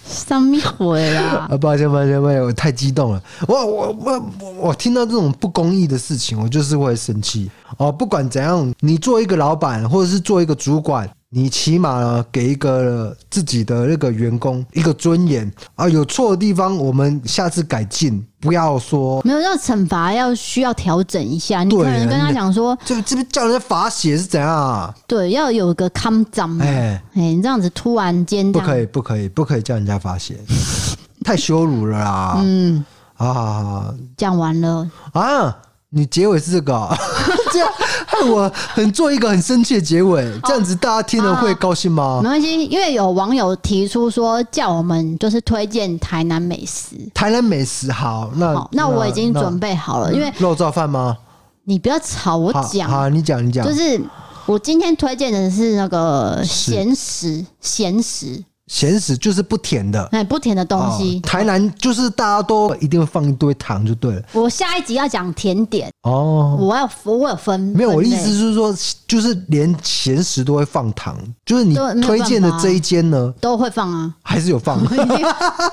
[SPEAKER 2] 上面回 啦。
[SPEAKER 1] 啊，抱歉抱歉抱歉，我太激动了，我我我我我听到这种不公义的事情，我就是会生气哦。不管怎样，你做一个老板，或者是做一个主管。你起码呢给一个自己的那个员工一个尊严啊，有错的地方我们下次改进，不要说
[SPEAKER 2] 没有，要惩罚要需要调整一下。你
[SPEAKER 1] 对啊
[SPEAKER 2] 可能跟他讲说，
[SPEAKER 1] 这这不叫人家罚写是怎样啊？
[SPEAKER 2] 对，要有个康长。哎、
[SPEAKER 1] 哎，
[SPEAKER 2] 你这样子突然间
[SPEAKER 1] 不
[SPEAKER 2] 这样，
[SPEAKER 1] 可以不可以不可以叫人家罚写， 太羞辱了啦！
[SPEAKER 2] 嗯，
[SPEAKER 1] 啊，
[SPEAKER 2] 讲完了，
[SPEAKER 1] 啊，你结尾是这个、啊， 这样害我很做一个很生气的结尾，
[SPEAKER 2] 哦
[SPEAKER 1] 这样子大家听了会高兴吗
[SPEAKER 2] 没？关系，因为有网友提出说，叫我们就是推荐台南美食。
[SPEAKER 1] 台南美食好，呃那
[SPEAKER 2] 好，那我已经准备好了，因为
[SPEAKER 1] 肉燥饭吗？
[SPEAKER 2] 你不要吵我
[SPEAKER 1] 好，
[SPEAKER 2] 讲，
[SPEAKER 1] 好，你讲你讲，
[SPEAKER 2] 就是我今天推荐的是那个
[SPEAKER 1] 是
[SPEAKER 2] 咸食，咸食，
[SPEAKER 1] 咸食就是不甜的
[SPEAKER 2] 哎，不甜的东
[SPEAKER 1] 哦
[SPEAKER 2] 西。
[SPEAKER 1] 台南就是大家都一定会放一堆糖就对了
[SPEAKER 2] 我下一集要讲甜点，
[SPEAKER 1] 哦。
[SPEAKER 2] 我要我有分，
[SPEAKER 1] 没有，我
[SPEAKER 2] 分
[SPEAKER 1] 的意
[SPEAKER 2] 类
[SPEAKER 1] 思是说，就是连咸食都会放糖，就是你
[SPEAKER 2] 对没有
[SPEAKER 1] 推荐的
[SPEAKER 2] 办法啊
[SPEAKER 1] 这一间呢，
[SPEAKER 2] 都会放 啊，
[SPEAKER 1] 还是有放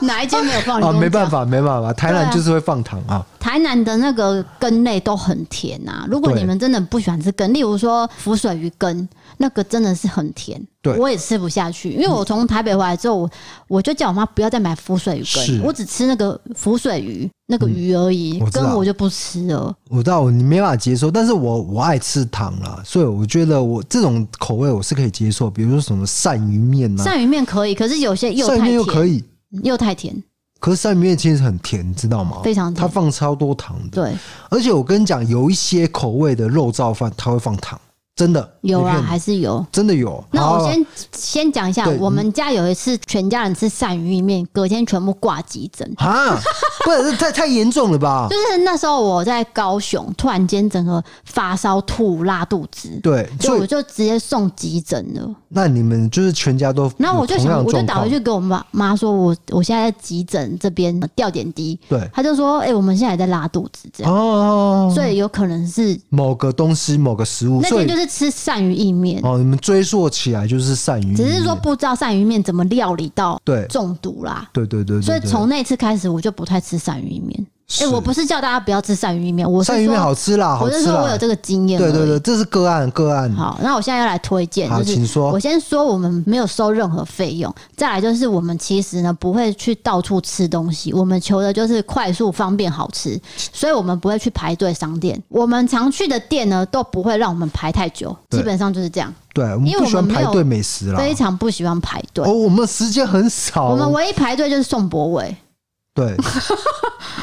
[SPEAKER 2] 哪一间没有放？你
[SPEAKER 1] 啊？
[SPEAKER 2] 跟我
[SPEAKER 1] 没办
[SPEAKER 2] 讲
[SPEAKER 1] 法，没办法，台南
[SPEAKER 2] 对啊
[SPEAKER 1] 就是会放糖啊。
[SPEAKER 2] 台南的那个羹类都很甜啊。如果
[SPEAKER 1] 对
[SPEAKER 2] 你们真的不喜欢吃羹，例如说浮水鱼羹，那个真的是很甜，
[SPEAKER 1] 对
[SPEAKER 2] 我也吃不下去。因为我从台北回来之后，我我就叫我妈不要再买浮水鱼
[SPEAKER 1] 是
[SPEAKER 2] 羹，我只吃那个浮水鱼那个鱼而已，
[SPEAKER 1] 嗯我知道
[SPEAKER 2] 羹我就不吃了。
[SPEAKER 1] 我知道我你没办法接受，但是我我爱吃糖啦，所以我觉得我这种口味我是可以接受，比如说什么鳝鱼面呐、
[SPEAKER 2] 鳝鱼面可以，可是有些又
[SPEAKER 1] 鳝鱼
[SPEAKER 2] 太
[SPEAKER 1] 面又
[SPEAKER 2] 甜，
[SPEAKER 1] 可以，
[SPEAKER 2] 又太甜。
[SPEAKER 1] 可是鳝鱼面其实很甜，知道吗？
[SPEAKER 2] 非常甜
[SPEAKER 1] 它放超多糖的。
[SPEAKER 2] 对，
[SPEAKER 1] 而且我跟你讲，有一些口味的肉燥饭它会放糖，真的
[SPEAKER 2] 有
[SPEAKER 1] 没
[SPEAKER 2] 啊，
[SPEAKER 1] 骗你
[SPEAKER 2] 还是有。
[SPEAKER 1] 真的有。
[SPEAKER 2] 那
[SPEAKER 1] 好啊
[SPEAKER 2] 我先先讲一下
[SPEAKER 1] 对，嗯
[SPEAKER 2] 我们家有一次全家人吃鳝鱼意面，隔天全部挂急诊。
[SPEAKER 1] 啊，不是这太太严重了吧？
[SPEAKER 2] 就是那时候我在高雄，突然间整个发烧、吐、拉肚子，
[SPEAKER 1] 对，
[SPEAKER 2] 就
[SPEAKER 1] 所
[SPEAKER 2] 我
[SPEAKER 1] 以
[SPEAKER 2] 就直接送急诊了。
[SPEAKER 1] 那你们就是全家都
[SPEAKER 2] 然后我
[SPEAKER 1] 有
[SPEAKER 2] 就
[SPEAKER 1] 同
[SPEAKER 2] 想，
[SPEAKER 1] 样
[SPEAKER 2] 我就
[SPEAKER 1] 状
[SPEAKER 2] 打
[SPEAKER 1] 况
[SPEAKER 2] 回去给我妈妈说，我我现在在急诊这边吊点滴，
[SPEAKER 1] 对
[SPEAKER 2] 她就说，哎、我们现在还在拉肚子这样，
[SPEAKER 1] 哦，
[SPEAKER 2] 所以有可能是
[SPEAKER 1] 某个东西某个食物，
[SPEAKER 2] 那
[SPEAKER 1] 所
[SPEAKER 2] 天
[SPEAKER 1] 以
[SPEAKER 2] 就是吃鳝鱼意面，
[SPEAKER 1] 哦，你们追溯起来就是鳝鱼意面，
[SPEAKER 2] 嗯只是说不知道鳝鱼面怎么料理到
[SPEAKER 1] 对
[SPEAKER 2] 中毒啦。
[SPEAKER 1] 对对对对，
[SPEAKER 2] 所以
[SPEAKER 1] 对
[SPEAKER 2] 从那次开始，我就不太吃鳝鱼意面。哎、
[SPEAKER 1] 是
[SPEAKER 2] 我不是叫大家不要吃鳝鱼意面，我是
[SPEAKER 1] 鳝鱼面
[SPEAKER 2] 说，
[SPEAKER 1] 好吃啦，好
[SPEAKER 2] 我是
[SPEAKER 1] 吃
[SPEAKER 2] 说
[SPEAKER 1] 啦，
[SPEAKER 2] 我有这个经验。
[SPEAKER 1] 对对对，。这是个案个案，
[SPEAKER 2] 好，那我现在要来推荐，
[SPEAKER 1] 好，
[SPEAKER 2] 就是
[SPEAKER 1] 请说
[SPEAKER 2] 我，先说，我们没有收任何费用。再来就是，我们其实呢不会去到处吃东西，我们求的就是快速、方便、好 吃，所以我们不会去排队商店。我们常去的店呢都不会让我们排太久，
[SPEAKER 1] 对啊
[SPEAKER 2] 基本上就是这样，
[SPEAKER 1] 对我们
[SPEAKER 2] 因为
[SPEAKER 1] 不
[SPEAKER 2] 我
[SPEAKER 1] 喜欢
[SPEAKER 2] 们没
[SPEAKER 1] 排
[SPEAKER 2] 有
[SPEAKER 1] 队美食啦，
[SPEAKER 2] 非常不喜欢排队。
[SPEAKER 1] 哦，我们时间很少，
[SPEAKER 2] 我们唯一排队就是宋博伟，
[SPEAKER 1] 对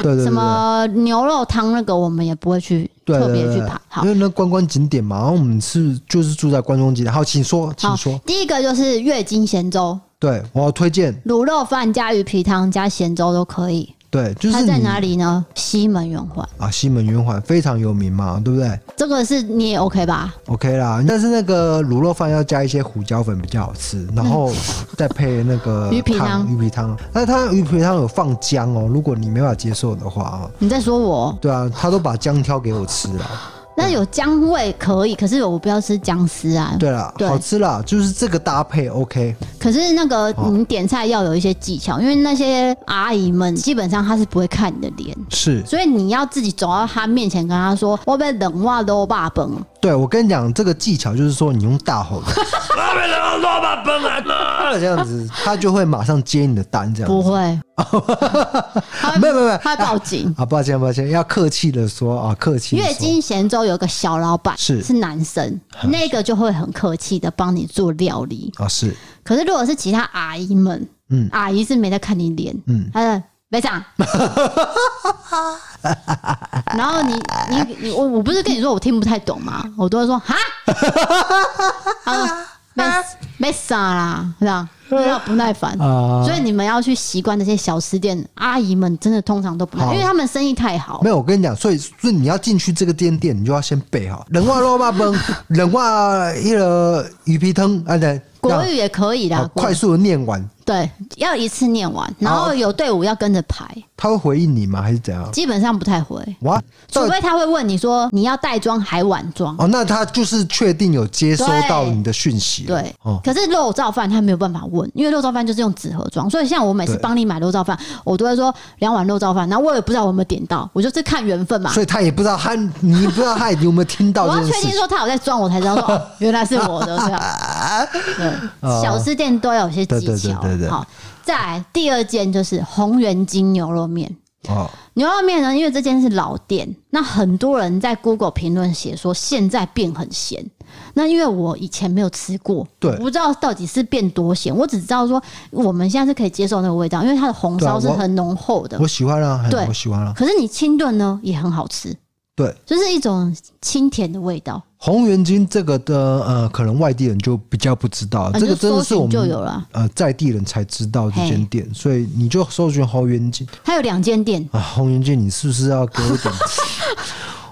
[SPEAKER 1] 对对对
[SPEAKER 2] 什么牛肉汤那个我们也不会去
[SPEAKER 1] 对
[SPEAKER 2] 特
[SPEAKER 1] 对
[SPEAKER 2] 别
[SPEAKER 1] 对
[SPEAKER 2] 去
[SPEAKER 1] 对
[SPEAKER 2] 排。好
[SPEAKER 1] 因，为那观光景点嘛，然后我们是就是住在观光景点，好，请说，请
[SPEAKER 2] 好
[SPEAKER 1] 说，
[SPEAKER 2] 第一个就是月经咸粥，
[SPEAKER 1] 对我要推荐，
[SPEAKER 2] 卤肉饭加鱼皮汤加咸粥都可以。
[SPEAKER 1] 对，就是
[SPEAKER 2] 它
[SPEAKER 1] 你
[SPEAKER 2] 在哪里呢？西门圆环。
[SPEAKER 1] 啊？西门圆环非常有名嘛，对不对
[SPEAKER 2] 这个是你也 OK 吧？
[SPEAKER 1] ？OK 啦，但是那个卤肉饭要加一些胡椒粉比较好吃，然后再配那个
[SPEAKER 2] 嗯 鱼皮汤
[SPEAKER 1] 汤，鱼皮汤。那它鱼皮汤有放姜哦，如果你没办法接受的话啊，
[SPEAKER 2] 你在说我？
[SPEAKER 1] 对啊，他都把姜挑给我吃了。
[SPEAKER 2] 那有姜味可以，可是我不要吃姜丝啊。
[SPEAKER 1] 对啦，
[SPEAKER 2] 对
[SPEAKER 1] 好吃啦，就是这个搭配 OK。
[SPEAKER 2] 可是那个
[SPEAKER 1] 哦
[SPEAKER 2] 你点菜要有一些技巧，因为那些阿姨们基本上她是不会看你的脸，
[SPEAKER 1] 是，
[SPEAKER 2] 所以你要自己走到她面前跟她说：“我被冷话都霸崩。
[SPEAKER 1] 对我跟你讲，这个技巧就是说，你用大吼的， 这样子，他就会马上接你的单，”这样
[SPEAKER 2] 不
[SPEAKER 1] 子。
[SPEAKER 2] 会，她会
[SPEAKER 1] 没有没有没有
[SPEAKER 2] 她会报警。
[SPEAKER 1] 啊，抱歉抱歉，要客气的说啊，客气。
[SPEAKER 2] 月经咸粥有个小老板
[SPEAKER 1] 是
[SPEAKER 2] 是男生，那个就会很客气的帮你做料理。
[SPEAKER 1] 啊是，
[SPEAKER 2] 可是如果是其他阿姨们，
[SPEAKER 1] 嗯
[SPEAKER 2] 阿姨是没在看你脸，
[SPEAKER 1] 嗯
[SPEAKER 2] 嗯，她的没长。 然后你你你我我不是跟你说我听不太懂吗？我都会说 哈，她说没没啥啦，这样这样不耐烦。
[SPEAKER 1] 啊
[SPEAKER 2] 所以你们要去习惯那些小吃店阿姨们，真的通常都不耐，
[SPEAKER 1] 好
[SPEAKER 2] 因为他们生意太好
[SPEAKER 1] 没。有，我跟你讲，所以所以你要进去这个店店，你就要先备好冷话 肉霸崩，冷话一个鱼皮汤，啊对，
[SPEAKER 2] 国
[SPEAKER 1] 让
[SPEAKER 2] 语啊也可以
[SPEAKER 1] 好
[SPEAKER 2] 啦，国
[SPEAKER 1] 快速的念完，
[SPEAKER 2] 对，要一次念完，然
[SPEAKER 1] 好
[SPEAKER 2] 后有队伍要跟着排，
[SPEAKER 1] 他会回应你吗？还是怎样？
[SPEAKER 2] 基本上不太会。
[SPEAKER 1] 哇，
[SPEAKER 2] 除
[SPEAKER 1] 到
[SPEAKER 2] 非他会问你说你要带妆还晚妆，
[SPEAKER 1] 哦，那他就是确定有接收
[SPEAKER 2] 对
[SPEAKER 1] 到你的讯息了，
[SPEAKER 2] 对。
[SPEAKER 1] 哦，
[SPEAKER 2] 可是肉燥饭他没有办法问，因为肉燥饭就是用纸盒装，所以像我每次
[SPEAKER 1] 对
[SPEAKER 2] 帮你买肉燥饭，我都会说两碗肉燥饭，然后我也不知道我有没有点到，我就是看缘分嘛。
[SPEAKER 1] 所以他也不知道他，你不知道他有没有听
[SPEAKER 2] 我
[SPEAKER 1] 到
[SPEAKER 2] 要
[SPEAKER 1] 这件
[SPEAKER 2] 确
[SPEAKER 1] 事
[SPEAKER 2] 定
[SPEAKER 1] 情
[SPEAKER 2] 说他有在装，我才知道说、 哦、原来是我的这样。对，小吃店都有一些
[SPEAKER 1] 对
[SPEAKER 2] 技
[SPEAKER 1] 哦对
[SPEAKER 2] 巧。
[SPEAKER 1] 对对对
[SPEAKER 2] 好，再来第二件就是红源金牛肉面。
[SPEAKER 1] 哦，
[SPEAKER 2] 牛肉面呢，因为这间是老店，那很多人在 Google 评论写说现在变很咸。那因为我以前没有吃过，
[SPEAKER 1] 对
[SPEAKER 2] 我不知道到底是变多咸，我只知道说我们现在是可以接受那个味道，因为它的红烧是
[SPEAKER 1] 对啊我
[SPEAKER 2] 很浓厚的
[SPEAKER 1] 我。喜欢啊，
[SPEAKER 2] 对
[SPEAKER 1] 我喜欢啊，
[SPEAKER 2] 可是你清炖呢也很好吃，
[SPEAKER 1] 对。
[SPEAKER 2] 就是一种清甜的味道。
[SPEAKER 1] 红原金这个的呃，可能外地人就比较不知道，
[SPEAKER 2] 啊
[SPEAKER 1] 这个
[SPEAKER 2] 你就
[SPEAKER 1] 真的
[SPEAKER 2] 搜
[SPEAKER 1] 是我们
[SPEAKER 2] 寻就有了。
[SPEAKER 1] 呃在地人才知道这间
[SPEAKER 2] 嘿
[SPEAKER 1] 店，所以你就搜寻红原金
[SPEAKER 2] 它有两间店
[SPEAKER 1] 啊，红原金，你是不是要给我点？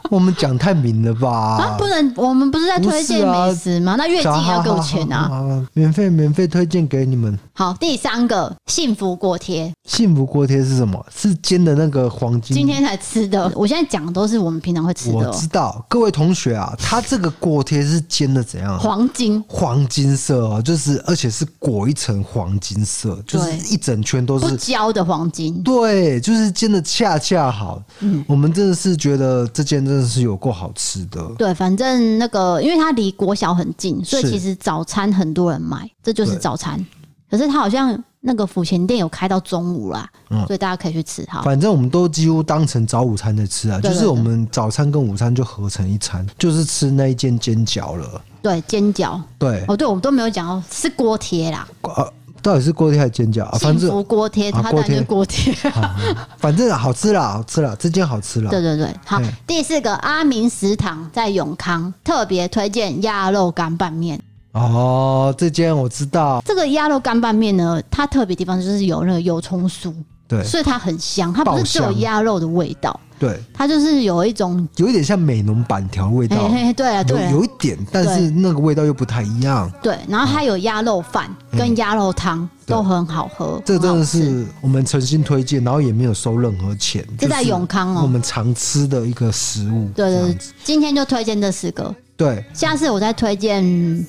[SPEAKER 1] 我们讲太明了
[SPEAKER 2] 啊
[SPEAKER 1] 吧，？
[SPEAKER 2] 不能，我们不是在推荐
[SPEAKER 1] 不是啊
[SPEAKER 2] 美食吗？那月经也要给我钱啊！
[SPEAKER 1] 啊！免费免费推荐给你们。
[SPEAKER 2] 好，第三个幸福锅贴，
[SPEAKER 1] 幸福锅贴是什么？是煎的那个黄金。
[SPEAKER 2] 今天才吃的，我现在讲的都是我们平常会吃
[SPEAKER 1] 我
[SPEAKER 2] 的、哦
[SPEAKER 1] 知道，各位同学啊，它这个锅贴是煎的怎样？
[SPEAKER 2] 黄金。
[SPEAKER 1] 黄金色哦，就是而且是裹一层黄金色，就是
[SPEAKER 2] 对
[SPEAKER 1] 一整圈都
[SPEAKER 2] 不
[SPEAKER 1] 是。
[SPEAKER 2] 焦的黄金，
[SPEAKER 1] 对，就是煎的恰恰好。
[SPEAKER 2] 嗯
[SPEAKER 1] 我们真的是觉得这间真的是有够好吃的。
[SPEAKER 2] 对，反正那个，因为它离国小很近，所以
[SPEAKER 1] 是
[SPEAKER 2] 其实早餐很多人买，这就是
[SPEAKER 1] 对
[SPEAKER 2] 早餐。可是它好像那个府前店有开到中午啦，所以大家可以去吃哈。
[SPEAKER 1] 嗯反正我们都几乎当成早午餐在吃啊，
[SPEAKER 2] 啊对
[SPEAKER 1] 就是
[SPEAKER 2] 对
[SPEAKER 1] 我们早餐跟午餐就合成一餐，就是吃那一间煎饺了。
[SPEAKER 2] 对，煎饺，
[SPEAKER 1] 对，
[SPEAKER 2] 哦哦，对，我们都没有讲到是锅贴啦，
[SPEAKER 1] 呃，到底是锅贴还是煎饺？啊、反
[SPEAKER 2] 幸
[SPEAKER 1] 正
[SPEAKER 2] 福锅贴，
[SPEAKER 1] 啊
[SPEAKER 2] 它当然就是锅贴。
[SPEAKER 1] 反正好吃啦，好吃啦，这间好吃啦。
[SPEAKER 2] 对对对，好
[SPEAKER 1] 嗯。
[SPEAKER 2] 第四个阿明食堂在永康，特别推荐鸭肉干拌面。
[SPEAKER 1] 哦，这间我知道，
[SPEAKER 2] 这个鸭肉干拌面呢，它特别地方就是有那个油葱酥，
[SPEAKER 1] 对
[SPEAKER 2] 所以它很香，它不是只有
[SPEAKER 1] 爆香
[SPEAKER 2] 鸭肉的味道，
[SPEAKER 1] 对，
[SPEAKER 2] 它就是有一种，
[SPEAKER 1] 有一点像美浓板条味
[SPEAKER 2] 嘿
[SPEAKER 1] 道，
[SPEAKER 2] 嘿嘿，对啊
[SPEAKER 1] 有
[SPEAKER 2] 对啊
[SPEAKER 1] 有一点，但是那个味道又不太一样。
[SPEAKER 2] 对，然后它有鸭肉饭跟鸭肉汤
[SPEAKER 1] 对
[SPEAKER 2] 都很好喝，
[SPEAKER 1] 嗯这真的
[SPEAKER 2] 很好吃
[SPEAKER 1] 是我们诚心推荐，然后也没有收任何钱，
[SPEAKER 2] 这在
[SPEAKER 1] 就是嗯
[SPEAKER 2] 永康
[SPEAKER 1] 我
[SPEAKER 2] 哦。
[SPEAKER 1] 们常吃的一个食物。这
[SPEAKER 2] 对对
[SPEAKER 1] 样
[SPEAKER 2] 对
[SPEAKER 1] 子，
[SPEAKER 2] 今天就推荐这四个，
[SPEAKER 1] 对。
[SPEAKER 2] 下次我再推荐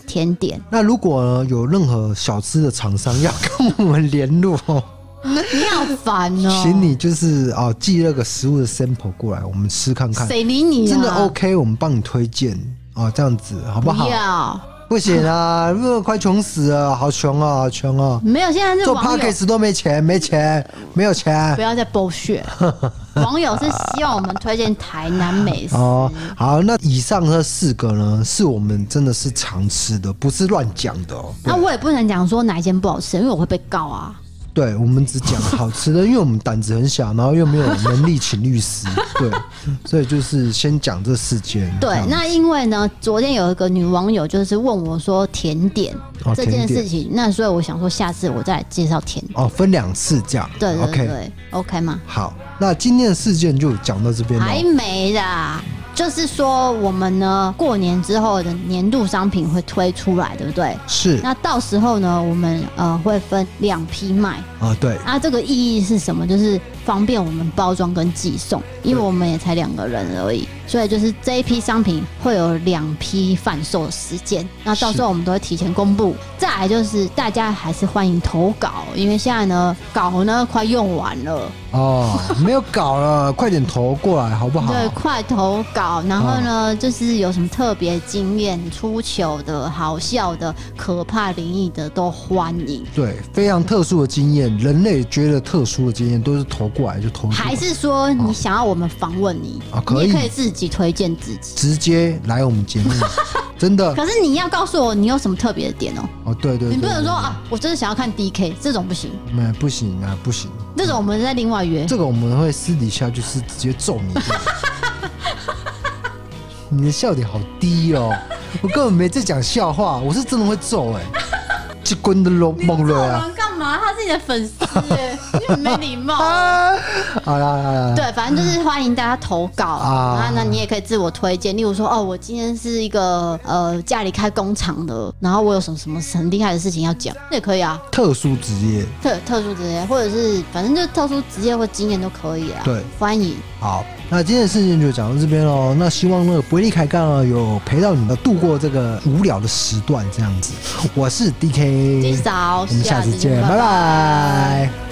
[SPEAKER 2] 甜 点。
[SPEAKER 1] 那如果呢有任何小吃的厂商要跟我们联络哦，
[SPEAKER 2] 你好烦哦，
[SPEAKER 1] 请你就是哦寄那个食物的 sample 过来，我们吃看看，
[SPEAKER 2] 谁理你啊？
[SPEAKER 1] 真的 OK，我们帮你推荐哦，这样子好不好
[SPEAKER 2] 不？要，
[SPEAKER 1] 不行啊，因为快穷死了，好穷啊，好穷啊！
[SPEAKER 2] 没有，现在是
[SPEAKER 1] 做
[SPEAKER 2] 网友
[SPEAKER 1] podcast 都没钱，没钱，没有钱
[SPEAKER 2] 不。要再剥 削。网友是希望我们推荐台南美食，
[SPEAKER 1] 哦，好，那以上这四个呢，是我们真的是常吃的，不是乱讲的哦。
[SPEAKER 2] 那我也不能讲说哪一间不好吃，因为我会被告啊。
[SPEAKER 1] 对，我们只讲好吃的，因为我们胆子很小，然后又没有能力请律 师，对，所以就是先讲这四间。这
[SPEAKER 2] 对，
[SPEAKER 1] 样
[SPEAKER 2] 那因为呢，昨天有一个女网友就是问我说甜点、
[SPEAKER 1] 哦
[SPEAKER 2] 这件
[SPEAKER 1] 甜点
[SPEAKER 2] 事情，那所以我想说下次我再介绍甜点。
[SPEAKER 1] 哦，分两次这样。
[SPEAKER 2] 对对
[SPEAKER 1] o
[SPEAKER 2] 对
[SPEAKER 1] k
[SPEAKER 2] o k 吗？
[SPEAKER 1] 好，那今天的事件就讲到这边了。
[SPEAKER 2] 还没啦，就是说我们呢过年之后的年度商品会推出来，对不对？
[SPEAKER 1] 是
[SPEAKER 2] 那到时候呢，我们呃会分两批卖，
[SPEAKER 1] 啊，对，
[SPEAKER 2] 那这个意义是什么？就是方便我们包装跟寄送，因为我们也才两个人而已，所以就是这一批商品会有两批贩售时间，那到时候我们都会提前公布。再来就是大家还是欢迎投稿，因为现在呢稿呢快用完了，
[SPEAKER 1] 哦，没有搞了，快点投过来好不好？
[SPEAKER 2] 对，快投稿。然后呢，就是有什么特别经验、出糗的、好笑的、可怕灵异的都欢迎。
[SPEAKER 1] 对，非常特殊的经验，人类觉得特殊的经验都是投过来就投过来，
[SPEAKER 2] 还是说你想要我们访问你，
[SPEAKER 1] 啊可
[SPEAKER 2] 你
[SPEAKER 1] 以
[SPEAKER 2] 也可以自己推荐自己。
[SPEAKER 1] 直接来我们 节目，真 的
[SPEAKER 2] 可是你要告诉我你有什么特别的点哦、
[SPEAKER 1] 哦，对对对，
[SPEAKER 2] 你不能
[SPEAKER 1] 对
[SPEAKER 2] 说啊，我真的想要看 DK 这种不行，
[SPEAKER 1] 对没不行啊，不行，
[SPEAKER 2] 这种我们再另外约。
[SPEAKER 1] 这个我们会私底下就是直接揍你这样。你的笑点好低 哦，我根本没在讲笑话，我是真的会揍哎、这滚的龙梦瑞啊！
[SPEAKER 2] 干嘛？他是哦你的粉丝耶， 你很没礼貌
[SPEAKER 1] 啊，好啦好啦，
[SPEAKER 2] 对，反正就是欢迎大家投稿
[SPEAKER 1] 啊
[SPEAKER 2] 啊。那你也可以自我推荐，例如说，哦，我今天是一个呃家里开工厂的，然后我有什么什么很厉害的事情要讲，那也可以啊。
[SPEAKER 1] 特殊职业，
[SPEAKER 2] 特特殊职业，或者是反正就是特殊职业或经验都可以啊。
[SPEAKER 1] 对，
[SPEAKER 2] 欢迎。
[SPEAKER 1] 好，那今天的事情就讲到这边喽。那希望那个伯利开杠啊，有陪到你们度过这个无聊的嗯时段，这样子。我是 DK，
[SPEAKER 2] 至少
[SPEAKER 1] 我们下次见，
[SPEAKER 2] 拜
[SPEAKER 1] 拜
[SPEAKER 2] 拜
[SPEAKER 1] 拜